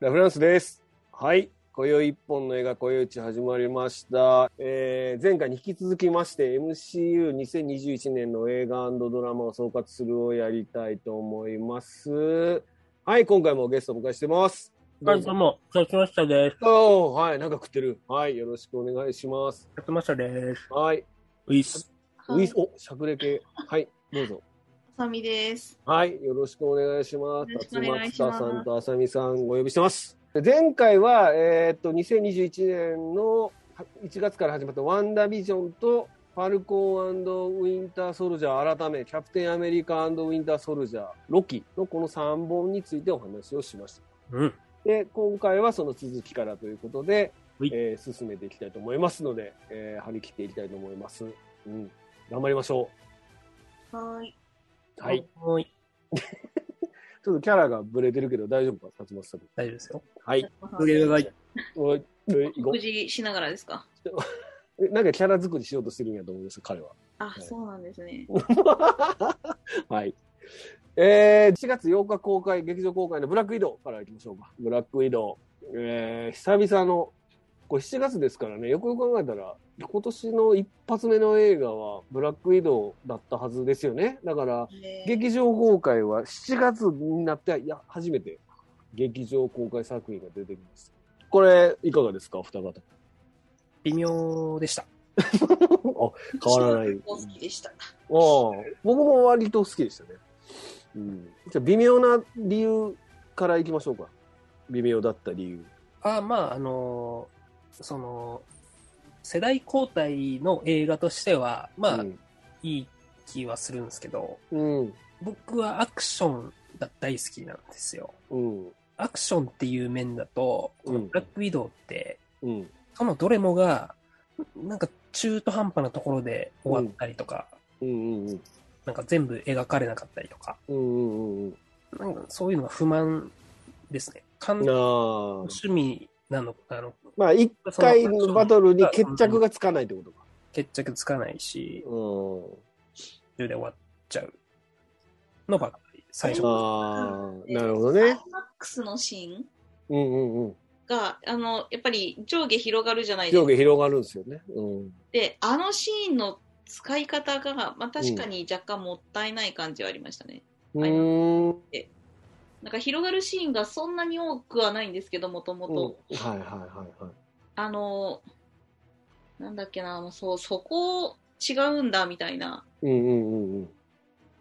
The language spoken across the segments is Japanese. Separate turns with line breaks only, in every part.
ラフランスです。はい。今宵一本の映画、今宵一始まりました。えー前回に引き続きまして、MCU2021 年の映画ドラマを総括するをやりたいと思います。はい、今回もゲストをお迎えしてます。
は
どう
い、ど
ぞ
うも、勝ちましたです。
おーはい、なんか食ってる。はい、よろしくお願いします。
勝ちましたです。
はい。
ウィス。
ウィス、お、しゃくれ系。はい、どうぞ。
あさみです。
はい、よろしくお願いしま
よろ
す。
しくお願いします
さんとあさみさん、お呼びしてます。で前回は、えーっと、2021年のは1月から始まったワンダービジョンと、ファルコンウィンターソルジャー、改め、キャプテンアメリカウィンターソルジャー、ロキのこの3本についてお話をしました。
うん。
で、今回はその続きからということで
はい、
えー進めていきたいと思いますので、えー張り切っていきたいと思います。うん。頑張りましょ
はい。
う。はい。。
はい。
ちょっとキャラがブレてるけど大丈夫か勝松さん。
大丈夫ですよ。
はい。
続けてください。
おい、えいこ
食事しながらですか
うえなんかキャラ作りしようとしてるんやと思います、彼は。
あ、
い
そうなんですね。
はい。えー、4月8日公開、劇場公開のブラック移動からいきましょうか。ブラック移動。えー、久々の、これ7月ですからね、よくよく考えたら、今年の一発目の映画はブラック移動だったはずですよね。だから、
えー
劇場公開は7月になって、いや、初めて劇場公開作品が出てきます。これ、いかがですか、お二方。
微妙でした。
あ、変わらない。
好きでした。
ああ、僕も割と好きでしたね。うん。じゃあ微妙な理由からいきましょうか。微妙だった理由。
あまあ、あのーその、世代交代の映画としては、まあ、
うん。
いい気はするんですけど、
うん。
僕はアクションが大好きなんですよ。
うん。
アクションっていう面だと、この
うん
ブラックウィドウって、
うん。
そのどれもが、なんか中途半端なところで終わったりとか、
うん。うん。
なんか全部描かれなかったりとか、
うん。うん。うん。
なんかそういうのは不満ですね。完
うん
全に
ああ。
趣味なのか、あの、
まあ、一回のバトルに決着がつかないってことか。
決着つかないし、
う
途中で終わっちゃうのばっかり、最初
ん。
うん。
ああ、なるほどね。
マックスのシーン
うんうんうん。
が、あの、やっぱり上下広がるじゃないです
上
か。
下広がるんですよね。うん。
で、あのシーンの使い方が、まあ、確かに若干もったいない感じはありましたね。
うーん。
なんか広がるシーンがそんなに多くはないんですけど、もとも
うん
と。
はいはいはいはい。
あの、なんだっけな、もうそう、そこ違うんだ、みたいな。
うんうんうんうん。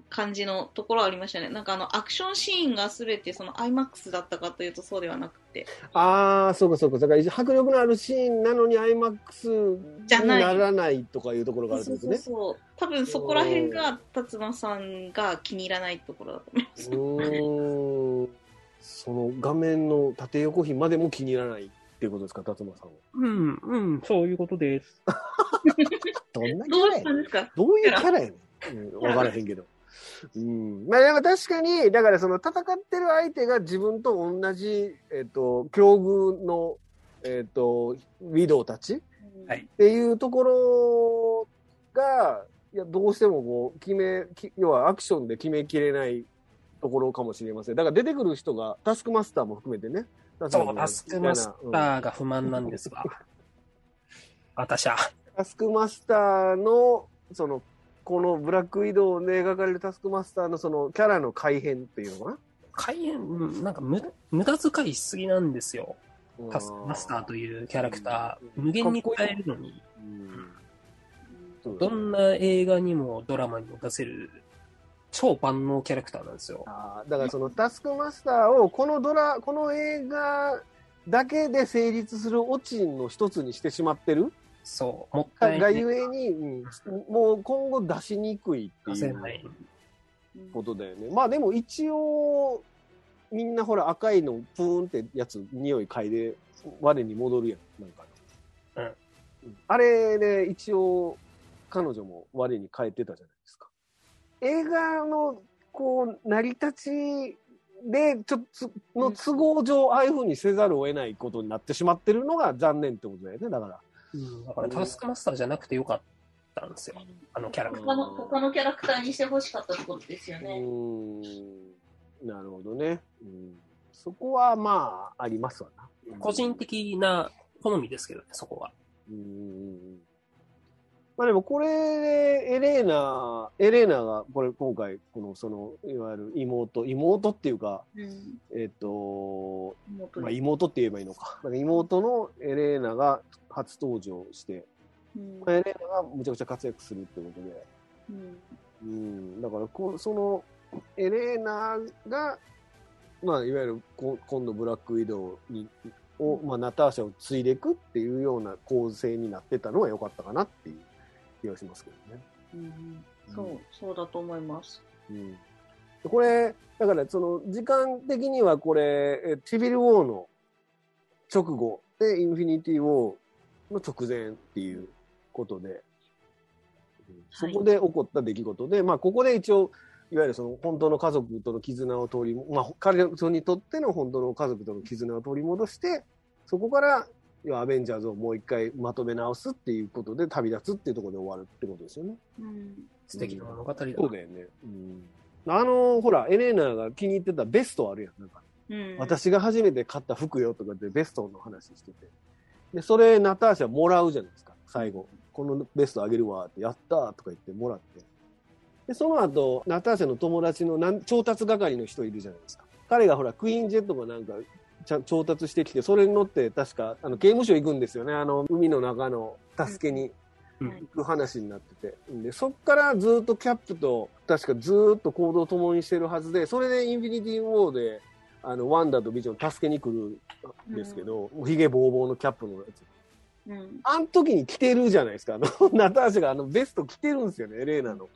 感じのところはありましたね。なんかあのアクションシーンがすべてその IMAX だったかというとそうではなくて。
ああ、そうかそうか。だから迫力のあるシーンなのに IMAX
じゃ
に
ない
ならないとかいうところがあるん
そう
です
そう
ね。
そう。多分そこら辺が辰馬さんが気に入らないところだと思います。
うーん。その画面の縦横比までも気に入らないっていうことですか、辰馬さんは。
うん、うん、そういうことです。
どんなキャ
どう
ラやね
した
ん
んですか
どういうキャラやねん。わ、うん、わからへんけど。うん。まあ、なんか確かに、だからその戦ってる相手が自分と同じ、えっ、と、境遇の、えっ、と、ウィドウたち
はい
っていうところが、いや、どうしてもこう、決め、き要はアクションで決めきれないところかもしれません。だから出てくる人が、タスクマスターも含めてね。
そう、タスクマス
うん
ターが不満なんですが、私は。
タスクマスターの、その、このブラック移動で描かれるタスクマスターのそのキャラの改変っていうのか
改変、うんなんか無無駄遣いしすぎなんですよ。
な
タスクマスターと
いう。
いうキャラクター、
うん
無限に変えるのに、
うんそうだ
ど
ね
んな映画にもドラマにも出せる超万能キャラクターなんですよ。
あーだからそのタスクマスターをこのドラ、この映画だけで成立するオチの一つにしてしまってる
そう、もったいな
が
い。
ゆえに、うんもう今後出しにくい
出
ってい
せ
う
ない。
ことだよね。まあでも一応、みんなほら赤いのプーンってやつ匂い嗅いで我に戻るやん。なんかの
うん
あれね、一応彼女も我に変えてたじゃないですか。映画のこう成り立ちで、ちょっとつの都合上、ああいうふうにせざるを得ないことになってしまってるのが残念ってことだよね、だから。
うんだからタスクマスターじゃなくてよかったんですよ。あのキャラクター。
他の他のキャラクターにしてほしかったところですよ
うー
ね。
んなるほどね。うんそこはまあ、ありますわな。
個人的な好みですけどね、そこは。
うん。まあでもこれで、エレーナ、エレーナが、これ今回、この、その、いわゆる妹、妹っていうか、
うん。
えっ、と、
もうと
まあ
に
妹って言えばいいのか。なんか妹のエレーナが初登場して、
うん
まあエレーナがむちゃくちゃ活躍するってことで、
うん
うん、だからこうそのエレーナが、まあ、いわゆるこ今度ブラックウィドウにを、まあ、ナターシャを継いでいくっていうような構成になってたのは良かったかなっていう気がしますけどね。
うんそう、そうだと思います。
うん、これだからその時間的にはこれえシビル・ウォーの直後でインフィニティ・ウォーの直前っていうことで、うんそ
はい
こで起こった出来事で、まあここで一応いわゆるその本当の家族との絆を取り、まあ、彼女にとっての本当の家族との絆を取り戻してそこから要はアベンジャーズをもう一回まとめ直すっていうことで旅立つっていうところで終わるってことですよね。
うん。
素敵な物語だな。
そうだよね。うん。あの、ほら、エレーナが気に入ってたベストあるやん。なんか、
うん、
私が初めて買った服よとかでベストの話してて。で、それ、ナターシャもらうじゃないですか、最後。このベストあげるわって、やったーとか言ってもらって。で、その後、ナターシャの友達のなん調達係の人いるじゃないですか。彼がほら、クイーンジェットがなんか、ちゃん調達してきて、それに乗って、確か、あの、刑務所行くんですよね。あの、海の中の助けに。
うん
行く話になっててでそっからずっとキャップと確かずっと行動を共にしてるはずでそれでインフィニティ・ウォーであのワンダとビジョン助けに来るんですけど、もうヒゲボーボーのキャップのやつ
うん、うん。
あの時に着てるじゃないですかあの ナターシャがあのベスト着てるんですよねエレーナの、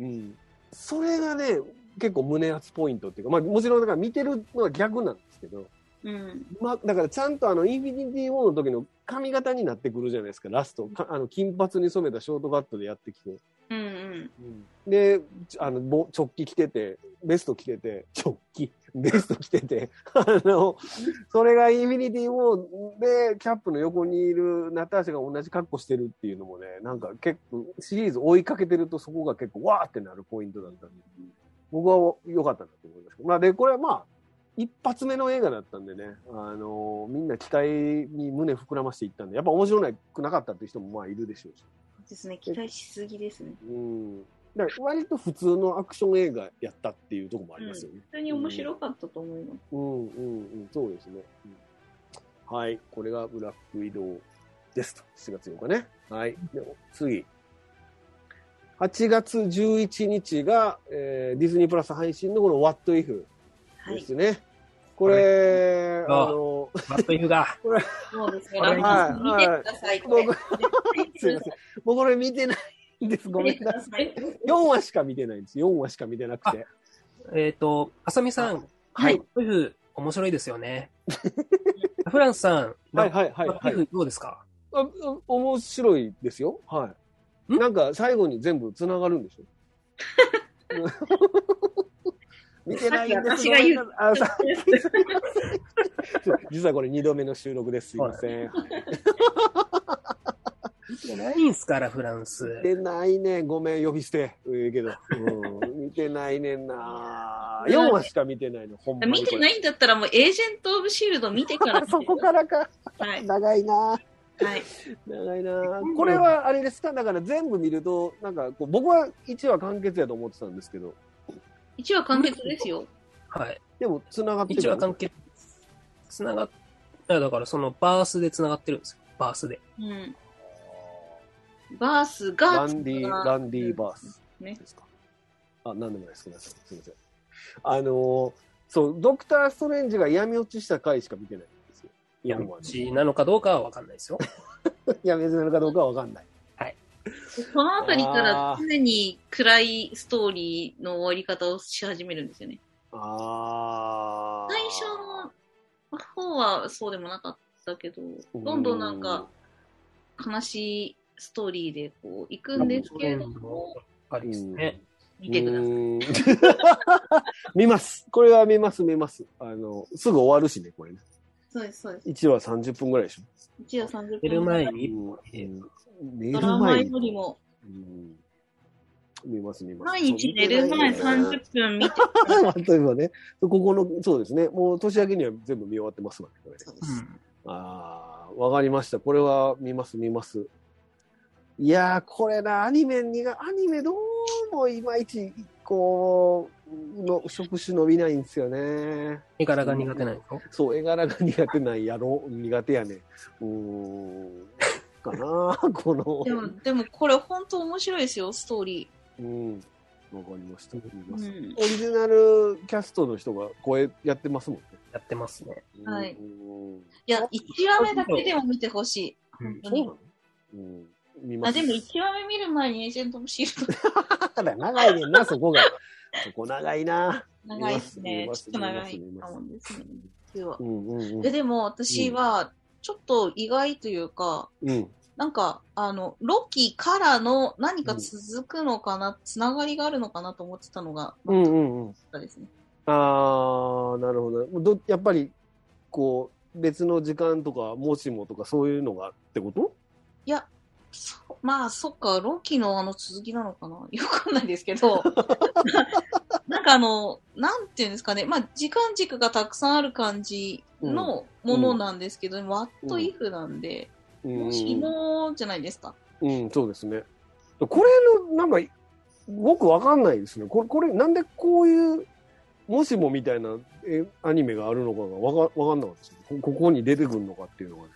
うん。
うん、それがね結構胸熱ポイントっていうか、まあ、もちろんだから見てるのは逆なんですけど、
うん。
まあ、だからちゃんとあのインフィニティ・ウォーの時の髪型になってくるじゃないですかラストかあの金髪に染めたショートカットでやってきて。
うん。
で、ちあの、ぼ直帰着てて、ベスト着てて、直帰、ベスト着てて、 あの、それがインフィニティ・ウォーで、キャップの横にいるナターシャが同じ格好してるっていうのもね、なんか結構、シリーズ追いかけてるとそこが結構、わーってなるポイントだったんで、僕は良かったなと思いますけど。まあ、で、これはまあ、一発目の映画だったんでね、あのみんな期待に胸膨らましていったんで、やっぱ面白くなかったっていう人もまあいるでしょうし。
ですね、期待しすぎですね。
うん。だから割と普通のアクション映画やったっていうところもありますよね。
普通に面白かったと思います。
うん、うん、うん、そうですね、うんはい、これがブラックウィドウですと。7月8日ね。はい。でも次。8月11日が、えーディズニープラス配信のこの What If
は
で
い
す。ね。これ、
あ
あの、
マットユーが。
そうですね。
はい
ラブ見てください。
僕
見
すいません。僕これ見てないん です。ごめんなさい。
い。
4話しか見てないんです。4話しか見てなくて。
えっ、と、あさみさん、
はい。
ラフ面白いですよね。 フランスさん、
はい、はい、はい。
ラ
はい
フどうですか
あ、あ面白いですよ。はい。
ん
なんか最後に全部つながるんで しょ見てないんです
さっき私が言う
あさ 実はこれ2度目の収録です。すいません。
いやないんすから、フランス。
見てないね。ごめん、呼び捨て。ええけど。うん、見てないねん な。4話しか見てないの、ほんまにこ
見
れ。
てないんだったらもうエージェント・オブ・シールド見てから
あそこからか。
はい。
長いな。
はい。
長いな。これはあれですかだから全部見ると、なんかこう僕は1話完結やと思ってたんですけど。
一話完結ですよ。
はい。
でも、つながってる。
一話完結。つながっ、いやだからそのバースでつながってるんですよ。バースで。
うん。バース
ラ
が、
ンディ、ランディバースですか。あ、なんでもないです。ごめんなさい。すみません。あのーそう、ドクター・ストレンジが闇落ちした回しか見てないんですよ。
闇
落
落
ち。
ちなのかどうかはわかんないですよ。
闇落ちなのかどうかはわかんない。
このあたりから
あー
常に暗いストーリーの終わり方をし始めるんですよね。
あー。
最初の方はそうでもなかったけど、どんどんなんか悲しいストーリーでこう行くんですけれども、
ありですね。
見てください。
さい。 見ます。これは見ます、見ます。あの、すぐ終わるしね、これね。
そうです、そうです。
1話30分ぐらいでしょ。
一夜30分。
寝る前に
う
一
ん
本入れる。
寝
ド
る
ラマ
前
よ
に。
りも、
うん見ます、見ます。
毎日寝る前30分見て、
分。例えばね、 ここの、そうですね、もう年明けには全部見終わってますわね、これね
そうで
う
す。
ん。
ああ、わかりました。これは見ます、見ます。いやー、これな、アニメにが、アニメどうもいまいち、こう、の、触手伸びないんですよね。
絵柄が苦手なの
そう、絵柄が苦手なんやろ、苦手やね。うーん、かな、こ
で
の
も、。でもこれ本当面白いですよ、ストーリ
うん、わかりました。見
ー。
ます。
うん
オリジナルキャストの人が声やってますもんね。
やってますね。
はい
うん
いや、1話目だけでも見てほしい。
うん
そうなのうん。見ま
あ、
す。
でも1話目見る前にエージェントもシールド
ただ長いねんな、そこが。そこ長いな。
長いですね
見。ま
ち
す
ょっと長い
見ます
かもですね。では
うんうん
ででも私は、ちょっと意外というか、
うん。うん。
なんか、あの、ロキからの何か続くのかな、つながりがあるのかなと思ってたのが、
うんうんうん。
ったですね。
ああ、なるほど。どやっぱり、こう、別の時間とか、もしもとか、そういうのがってこと
いや、そまあ、そっか、ロキのあの続きなのかなよくわかんないです けど、なんかあの、なんていうんですかね、まあ、時間軸がたくさんある感じのものなんですけど、ワットイフなんで、
うん
もしもじゃないですか。
うん、そうですね。これの、なんか、僕わかんないですね。これ、これ、なんでこういう、もしもみたいなえアニメがあるのかがわかわかんなかったですねこ。ここに出てくるのかっていうのがね。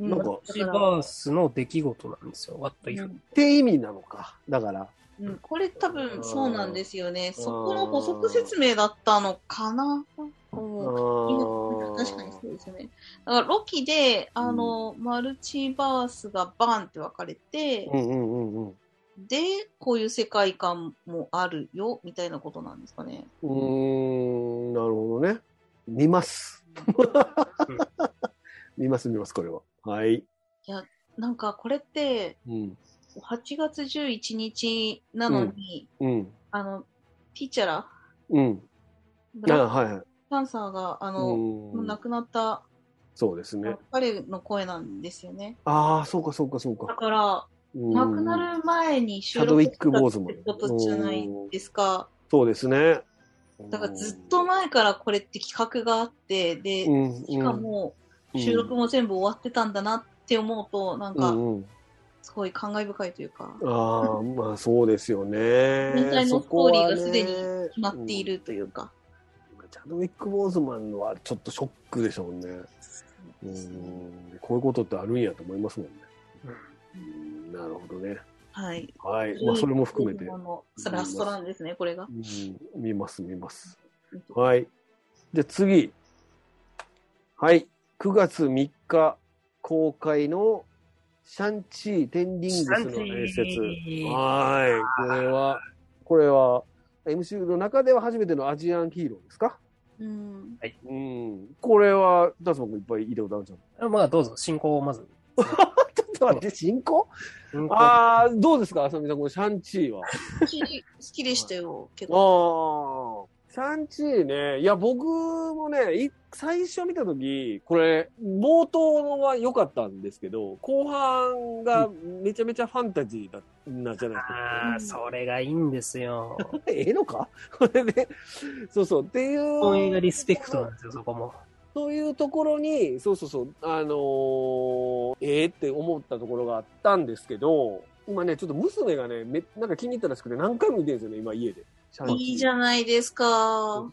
うんなんか、っ
シバースの出来事なんですよ。What
う
if?
ん
て意味なのか。だから。
うん、これ多分そうなんですよね。そこの補足説明だったのかなと
あ
思
ー
う確かにそうですね。だからロキで、あの、マルチバースがバンって分かれて
う、んうんうんうん。
で、こういう世界観もあるよ、みたいなことなんですかね。
うーん、なるほどね。見 ます。見ます、見ます、これは。はい。
なんかこれって、
うん。
8月11日なのに、
うん。
あの、ティーチャラ、
うん。
ブ
あ
ラック
はいはい。
パンサーが、あの、もう
う
亡
ん。
くなった
そうですね。
彼の声なんですよね。
ああ、そうか、そうか、そう
だ
か。
から、
うん
亡くなる前に
シ
収
ャドウ
録
ィ
し
ッ
た
ク・ボーズ
っ
マ
て
ン。
ことじゃない
うん
ですか。
そうですね。
だからずっと前からこれって企画があって、で、
うん、
しかも
うん
収録も全部終わってたんだなって思うと、なん
う
か
んうん、
すごい感慨深いというか、
ああ、まあそうですよね。
全体の
そ
ストー
こ
リ
は
ー
ね
がすでに決まってい。るというか。
うんチャドウィック・ボーズマンのはちょっとショックでしょうね。う
そうですね
ん、こういうことってあるんやと思いますもんね。
う
うんんなるほどね。
はい。
はい。まあそれも含めて
あ、のラストなんですね、これが。
うん、見ます、見ます。はい。じゃあ次。はい。9月3日公開のシャンチー・テンディングスの伝説。はい。これは、これは、MCU の中では初めてのアジアンヒーローですか
うん。
うん。これは、ダスマ君いっぱいいたことあるじゃん。
まあ、どうぞ、進行をまず。
ちょっと待って、進行
進行
ああ、どうですか、浅見さん、このシャンチーは。
好き好きでしたよ、結構。
ああ、シャンチーね。いや、僕もね、い最初見たとき、これ、冒頭は良かったんですけど、後半がめちゃめちゃファンタジーだなじゃない
あーそれがいいんですよ。
ですか。ええのか これね。そうそう。っていう。
そういうリスペクトなんですよ、そこも。
そういうところに、そうそうそう、あのーええって思ったところがあったんですけど、今ね、ちょっと娘がね、めなんか気に入ったらしくて何回も見てるんですよね、今家で。シャンチー
いいじゃないですか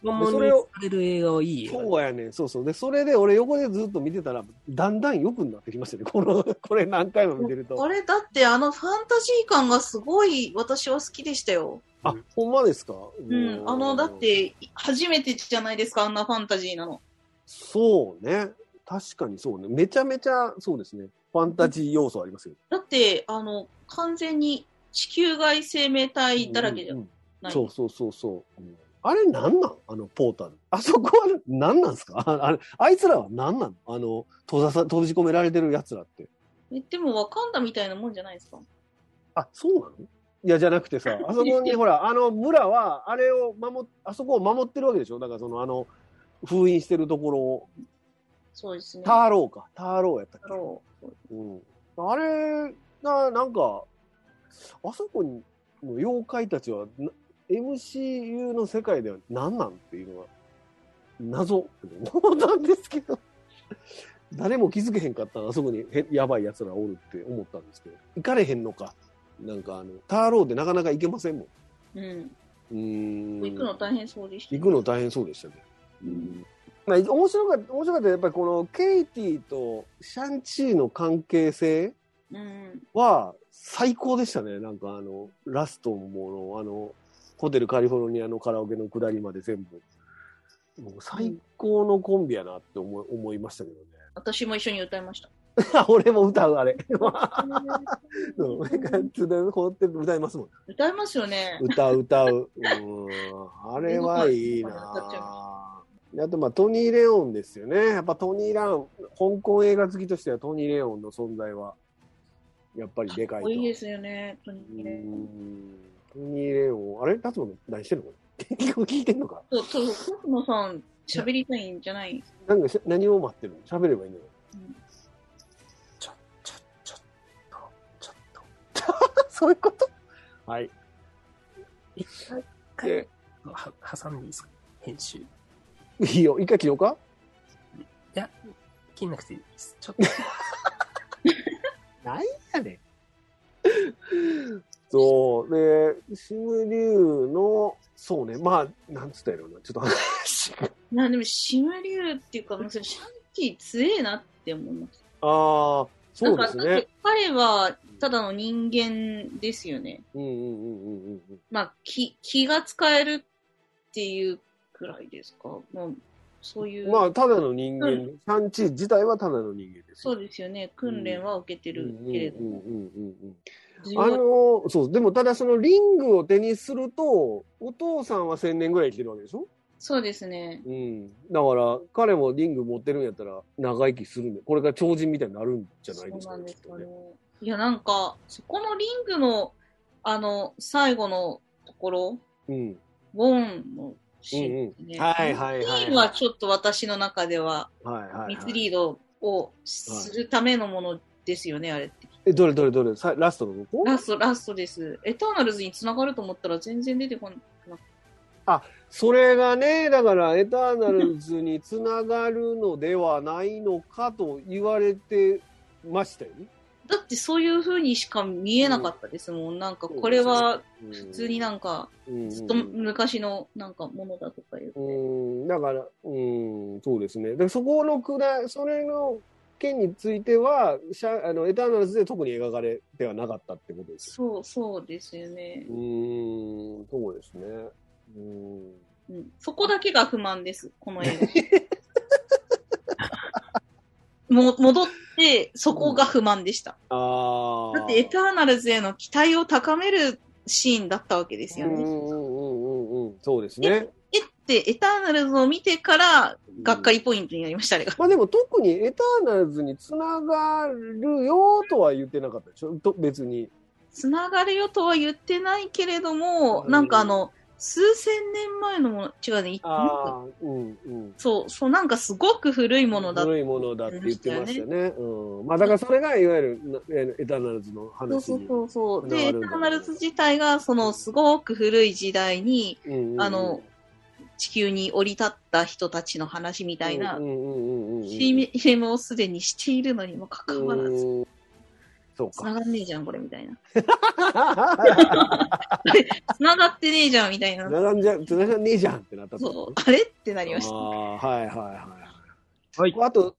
子。供
そ
に
れを
される映画はいい映画。
そうやねんそうそう。で、それで俺横でずっと見てたら、だんだん良くなってきましたね。 この、これ何回も見てると
あ。れ、だってあのファンタジー感がすごい私は好きでしたよ。
あ、ほんまですか
うん、あの、だっ。
もう
て、初めてじゃないですか、あんなファンタジーなの。
そうね。確かにそうね。めちゃめちゃ、そうですね。ファンタジー要素ありますよ。
だって、あの、完全に地球外生命体だらけじゃ
うんうん
ない。
そうそうそうそう。うんあれなんなんあのポータル。あそこは何なんですかああれ、あいつらは何なのあの、閉ざさ、閉じ込められてる奴らって。
えでも、わかんだみたいなもんじゃないですか。
あ、そうなのいや、じゃなくて さ、あそこにほら、あの村は、あれを守っ、あそこを守ってるわけでしょだからその、あの、封印してるところを、
そうですね。
ターローか、ターローやったっ
だろう
け。うん。あれが、なんか、あそこに、もう妖怪たちはな MCU の世界では何なんっていうのは謎って思ったんですけど 誰も気づけへんかったなあそこにへやばいやつらおるって思ったんですけど行かれへんのかなんかあのターローでなかなか行けませんもん
うん。
うーん
行くの大変そうでした。
行くの大変そうでしたね。まあ、面白かった、面白かった。やっぱりこのケイティとシャンチーの関係性
うん。
は最高でしたね。なんかあの、ラストもの、あの、ホテルカリフォルニアのカラオケの下りまで全部。もう最高のコンビやなって思い思いましたけどね。
私も一緒に歌いました。
俺も 歌う、あれ。うんホテル歌いますもん。
歌いますよね。
歌う歌う。うーん、あれはいいなぁ。あと、まあ、トニー・レオンですよね。やっぱトニー・ラン、香港映画好きとしてはトニー・レオンの存在は、やっぱりでかい
かっ
と。
こいいですよね。本
う
当にね
ーんトニー・レオン、あれ達馬何してんのこれ 結構聞いてんのか
そう、そう、コスモさん、喋りたいんじゃない
なんかし何を待ってるの喋ればいいんだ よ。
ちょ、ちょっと、ちょっと。
そういうことはい。
一回、
で
は、挟んでいいですか編集。い
いいよ。一回切ようか
や、切んなくていいです。ちょっ と。
なんやねん。そう。で、シムリュウの、そうね。まあ、なんつったやろうな。ちょっと話 が
いや、でも、シムリュウっていうか、もうそれシャンキー強えなって思います。
ああ、
な
そ
ん
うで
か
す
だっ
ね
て。彼は、ただの人間ですよね。
うんうんうんうんうんうん。
まあ、気、気が使えるっていうくらいですか。まあ、そういう。
まあ、ただの人間、
う
シャンチー自体はただの人間です
そ
よ。
うですよね。訓練は受けて
うん
る
うんうん
けれども。
うんうんうんあ
強い
の、そう、でもただそのリングを手にすると、お父さんは1000年ぐらい生きてるわけでしょ
そうですね。
うん。だから、彼もリング持ってるんやったら、長生きするんで、これが超人みたいになるんじゃないです
そう
か
なん
ね、
で
きっ
す
と
よね
ね。。
いや、なんか、そこのリングの、あの、最後のところ、
うん。
ウォンのシーンですね。
はいはいはい
シーンはちょっと私の中では、
はいはい、はい。
ミスリードをするためのものですよね、あれって。
え、どれどれどれさラストのとこ
ラスト、ラストです。エターナルズに繋がると思ったら全然出てこない。
それがね、だから、エターナルズにつながるのではないのかと言われてましたよね。
だってそういう風にしか見えなかったですもん。なんか、これは普通に
っ
なんか、ずっと
うん
昔のなんかものだとか言って。
うん、だから、うん、そうですね。だからそこのくらい、それの件については、シャあのエターナルズで特に描かれてはなかったってことですよ。
そう、そうですよね。
うん、そうですね。うん
うんそこだけが不満です、この 映画。も戻って、そこが不満でした。
ああ。
だって、エターナルズへの期待を高めるシーンだったわけですよ
うんう
ね。
んうんうんうん、そうですね。
えって、エターナルズを見てから、がっかりポイントになりました、あれが。
まあでも特にエターナルズにつながるよとは言ってなかったでしょと別に。
つながるよとは言ってないけれども、
うん
なんかあの、数千年前のもの、違うね、いなんか
ああ、うんうん。
そう、そう、なんかすごく古いものだ
古いものだって言ってましたよね。うん。まあだからそれがいわゆるなえエターナルズの話
そう
に。
そうそうそう。
つなが
で、エ
る
タ
んだ
ーナルズ自体が、その、すごく古い時代に、
うんうんうん
あの、地球に降り立った人たちの話みたいな
うんうんうんうんうん
CM CM をすでにしているのにもかかわらず、
うんそう
繋
か。
がんねえじゃん、これみたい な。繋がってねえじゃん、みたいな。
並んじゃ、つながんねえじゃんってなったと
そう、あれってなりまし
あ
た。
あー、はいはいはい。
はい
あと、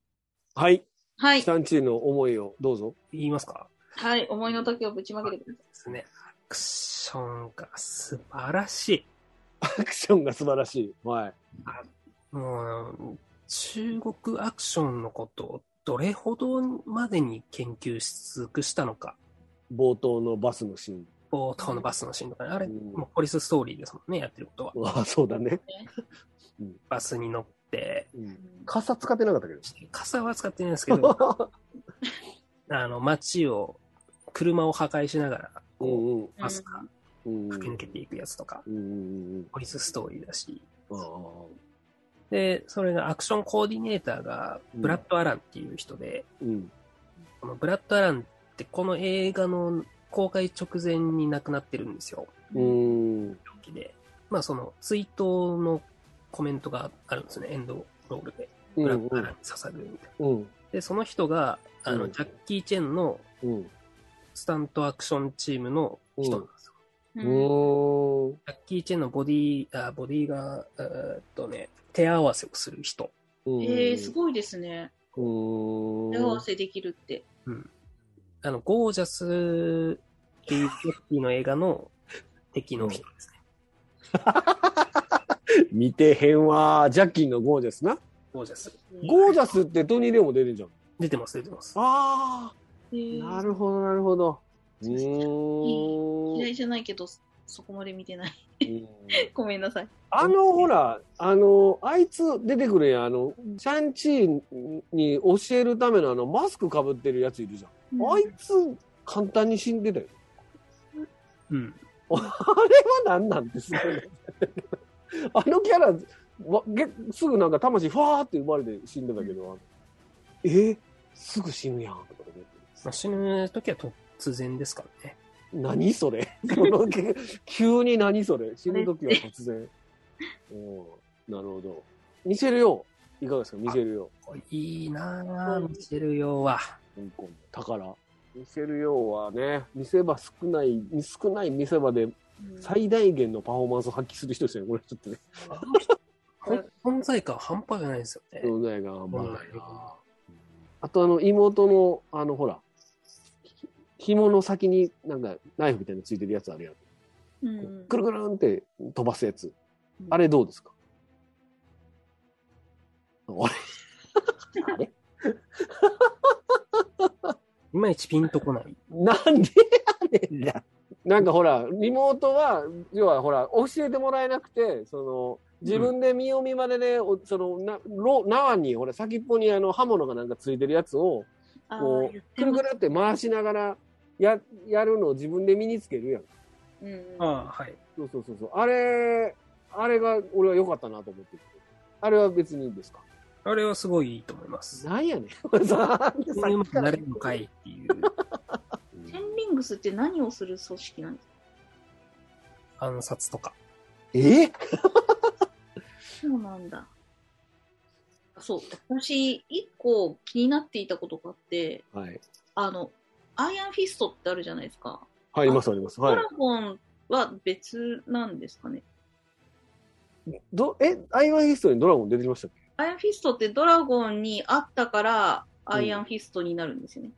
はい。
はい
シ、ャンチーの思いをどうぞ。
言いますか
はい、思いの丈をぶちまけてくだ
です
さ
ね。アクションが素晴らしい。
アクションが素晴らしい。はい。
もう、中国アクションのことをどれほどまでに研究し尽くしたのか。
冒頭のバスのシーン。
冒頭のバスのシーンとかね。あれ、
うん
もうポリスストーリーですもんね、やってることは。
ああ、そうだね。
いね。
バスに乗って、
傘使ってなかったけど。
傘は使ってないんです けど、あの、街を、車を破壊しながら、
う
こう、
んうん
バスが
うん。
駆け抜けていくやつとか、
うんうんうん
ポリスストーリーだし。
ああ
で、それがアクションコーディネーターが、
うん
ブラッド・アランっていう人で、
うん
このブラッド・アランってこの映画の公開直前に亡くなってるんですよ。
うーん。
病気で。まあその、追悼のコメントがあるんですね、エンドロールで。
う
ブラ
ん
ックアラに刺さるみたいな。
うん。
で、その人が、あの、
うん
ジャッキー・チェンの
うん。
スタントアクションチームの人なんですよ。
う
う。
んん。
ジャッキー・チェンのボディ、あボディが、えーっとね、手合わせをする人。
うん。
えー、すごいですね。
うーん。
手合わせできるって。
あの、ゴージャスっていうジャッキーの映画の敵の人ですね。
見てへんわ。ジャッキーのゴージャスな。
ゴージャス。
ゴージャスってトニー・レオンも出てんじゃん。
出てます、出てます。
ああ。
えー
なるほど、なるほど。うーん
嫌いじゃないけど、そこまで見てない。
うん
ごめんなさい。
あの、ほら、あの、あいつ出てくるやん。あの、シャンチーに教えるためのあの、マスクかぶってるやついるじゃん。あいつ、簡単に死んでたよ。
うん。
あれは何なんですかねあのキャラ、わげすぐなんか魂ファーって生まれて死んでたけど、えーすぐ死ぬやんとか思って
まあ、死ぬ時は突然ですからね。
何それその急急に何それ死ぬ時は突然。おーなるほど。見せるよういかがですか見せるよ
これいいなぁ、見てるようは。
う香港の宝。見せるようはね、見せ場少ない、少ない見せ場で
うん
最大限のパフォーマンスを発揮する人ですよね。これちょっとね。
ほん存在感半端じゃないですよね。
存在が甘い
うん
な。あとあの妹のあのほらひ紐の先になんかナイフみたいなのついてるやつあるやん、
うん
くるくるんって飛ばすやつ
うん
あれどうですか、あれあれ
いまいちピンとこない。
なんでやねんななんかほら妹は要はほら教えてもらえなくてその自分で身を見まねで、おそのなろ縄にほら先っぽにあの刃物がなんかついてるやつを
あー
こ
言っ
う
て
くる
ま
く
す
るって回しながらややるのを自分で身につけるやん
うん
ああ、はい。
そうそうそうそうあれあれが俺は良かったなと思ってるあれは別にいいんですか
あれはすごいいいと思います。
なんやねん これさ
こういうまくなれるのかいっていう。
うんテンリングスって何をする組織なんですか
暗殺とか。
え
そうなんだ。そう、私、一個気になっていたことがあって、
はい
あの、アイアンフィストってあるじゃないですか。
はいいますありますは
ド
い
ラゴンは別なんですかね。
どえアイアンヒストにドラゴン出てきましたっけ
アイアンフィストってドラゴンにあったから、アイアンフィストになるんですよね。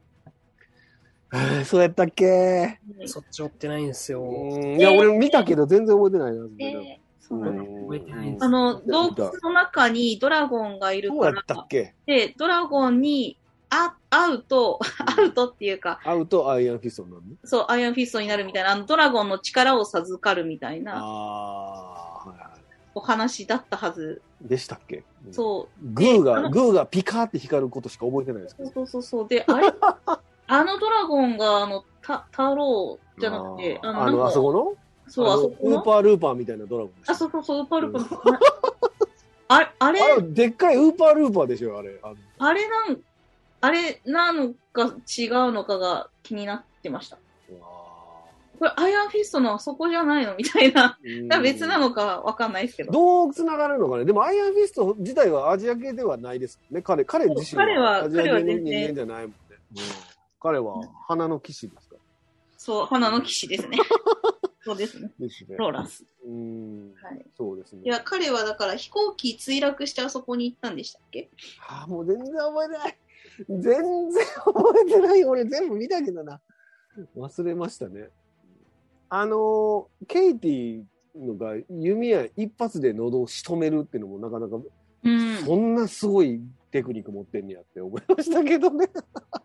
えーそうやったっけ
ね
そっち追ってないんですよ。
うんいや俺見たけど全然覚えてないな
えーそうなんだ。
覚えてない
うん
あの、
見た
洞窟の中にドラゴンがいる
どう
か
やった
ら
っ、け
で、ドラゴンにあ会うと、会うとっていうか、
会うとアイアンフィストになるの
そう、アイアンフィストになるみたいな、あのドラゴンの力を授かるみたいな
ああーはいは
お話だったはず。
いでしたっけうん
そ
グー
あ
が
の
グーがピカーって光ることしか覚えてないですけ
う、
ど
そうそうそう。で、あ れ、あのドラゴンが、あの、た、太郎じゃなくて、
あーあ
なん
の
か
あそこの
そう、あ
の
そこ
ウー
の。
パールーパーみたいなドラゴンでした
あ、そうそうそう、ウーパールーパーの。あれ、あれ、
あれでっかいウーパールーパーでしょあれあの
あれなん、あれなのか違うのかが気になってました。これ、アイアンフィストのあそこじゃないのみたいな。別なのかわかんないですけど。
どう繋がるのかねでもアイアンフィスト自体はアジア系ではないですもんね彼彼自身
彼は
アジア系
彼は
の
全然
人間じゃないもんね、うん彼は花の騎士ですから
そう、花の騎士 ですね。そうですね。
ですね
ローラス。
うん
はい。
そうですね
いや、彼はだから飛行機墜落してあそこに行ったんでしたっけ
あーもう全然覚えてない全然覚えてない俺全部見たけどな忘れましたねあのーケイティのが弓矢一発で喉を仕留めるっていうのもなかなか
うん
そんなすごいテクニック持ってんねやって思いましたけどね。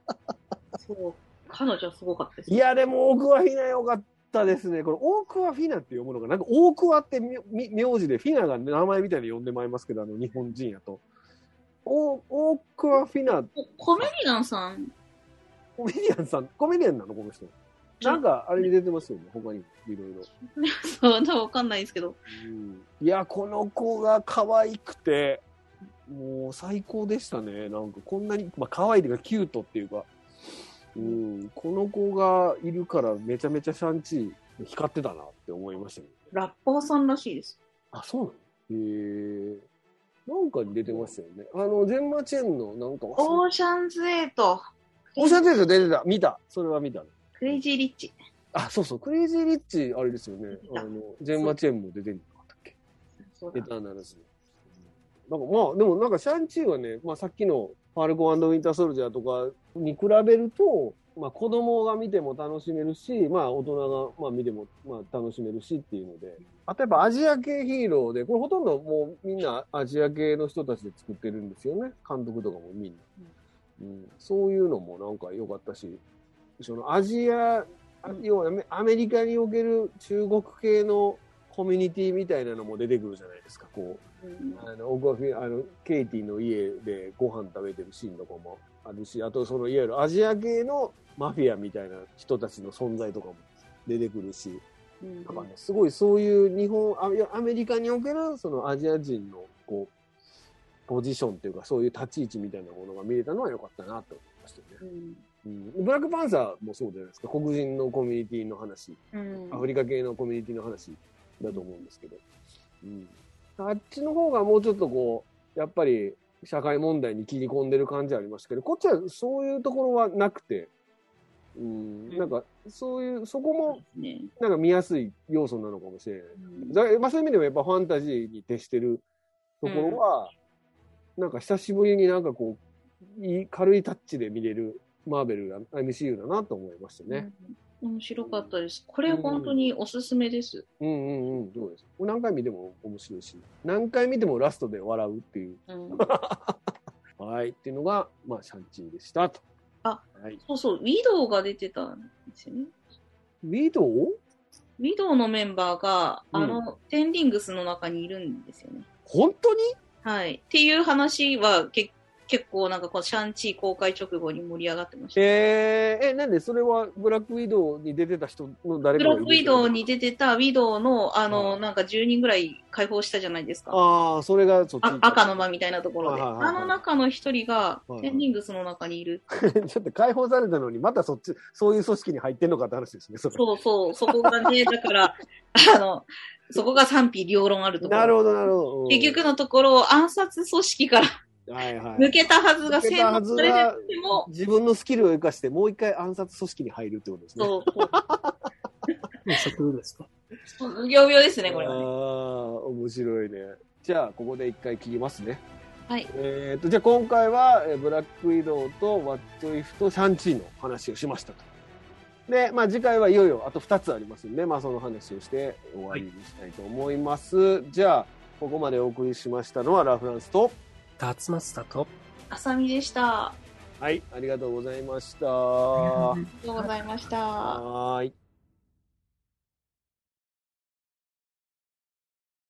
そう。彼女はすごかったです。
い、や、でも、大桑フィナ良かったですね。これ、大桑フィナって読むのが、なんか、大桑ってみみ名字で、フィナが名前みたいに呼んでまいりますけど、あの、日本人やと。お大桑フィナ、
コメディアンさん、
コメディアンさん、コメディアンなのこの人。なんか、あれに出てますよね、他に、いろいろ。
そう、多分わかんないですけど。
うんいや、この子が可愛くて、もう最高でしたね。なんかこんなに、まあ可愛いというかキュートっていうか、うん、この子がいるからめちゃめちゃシャンチー光ってたなって思いましたけどね。
ラッパーさんらしいです。
あ、そうなのへえ。なんかに出てましたよね。あの、全マチェンのなんか忘れ
オーシャンズエイト、
おっしゃってる出てた。見た。それは見たね。
クレイジーリッチ。
あ、そうそう。クレイジーリッチ、あれですよね
見。た
あの、ジェンマチェンも出てんのかったっけ
そう
エ
だ
ターナルズ。なんかまあ、でもなんかシャンチーはね、まあさっきのファルコンウィンターソルジャーとかに比べると、まあ子供が見ても楽しめるし、まあ大人がまあ見てもまあ楽しめるしっていうので。あとやっぱアジア系ヒーローで、これほとんどもうみんなアジア系の人たちで作ってるんですよね。監督とかもみんな。うん、そういうのもなんか良かったし、そのアジア、あ要はアメアメリカにおける中国系のコミュニティみたいなのも出てくるじゃないですか。こう、
うん
あの、僕はフィあの、ケイティの家でご飯食べてるシーンとかもあるし、あとそのいわゆるアジア系のマフィアみたいな人たちの存在とかも出てくるし、
うん
なんかね、すごいそういう日本、あいやアメリカにおけるそのアジア人のこう、ポジションというかそういう立ち位置みたいなものが見れたのは良かったなと思いましたよね。
うん
うん、ブラックパンサーもそうじゃないですか。黒人のコミュニティの話、
うん
アフリカ系のコミュニティの話だと思うんですけど。うん。あっちの方がもうちょっとこう、やっぱり社会問題に切り込んでる感じありましたけど、こっちはそういうところはなくて、うん、なんかそういう、そこも
ね
なんか見やすい要素なのかもしれない。
うん
だまあ、そういう意味でもやっぱファンタジーに徹してるところは、なんか久しぶりになんかこう、いい軽いタッチで見れるマーベルだ、MCU だなと思いましたね。
うん面白かったです。これ本当におすすめです。
うん、うん、うんうんどうですこれ何回見ても面白いし、何回見てもラストで笑うっていう、
うん
はい、っていうのが、まあ、シャンチーでしたと。
あ
はい。
そうそう、ウィドウが出てたんですよね。
ウィドウ
ウィドウのメンバーが、
うん
あの、テンディングスの中にいるんですよね。
本当に
はい。っていう話は、け結構なんかこう、シャンチー公開直後に盛り上がってました。
えー、え、なんでそれはブラックウィドウに出てた人の誰
ブ
かが
ラ
いる
ックウィドウに
て
出てたウィドウの、あ
は
の、
い
なんか10人ぐらい解放したじゃないですか。
ああ、それがそっち
あ赤の間みたいなところで。
はいはいはいは
あ
い
の中の一人が
いはい、
テンディングスの中にいる。
ちょっと解放されたのに、またそっち、そういう組織に入ってんのかって話ですね、それ
そうそう、そこがね、だから、 あの、そこが賛否両論あるところ。
なるほど、なるほど。うん
結、局のところ、暗殺組織から
はいはい、
抜けたはずが
抜け
洗
たはず
脳
が
されてても、
自分のスキルを生かして、もう一回暗殺組織に入るってことですね。
そう、
職業ですね。
職業病ですね、これ
ああ
はね。、
面白いね。じゃあ、ここで一回切りますね。
はい。
えっ、と、じゃあ今回は、えーブラックウィドウとワットイフとシャンチーの話をしましたと。で、まあ次回はいよいよあと2つありますんで、まあその話をして終わりにしたいと思います。じゃあ、ここまでお送りしましたのはラフランスと、
達松だと。
あさみでした。あ
はい、ありがとうございました。
りがとうございました。
はーい。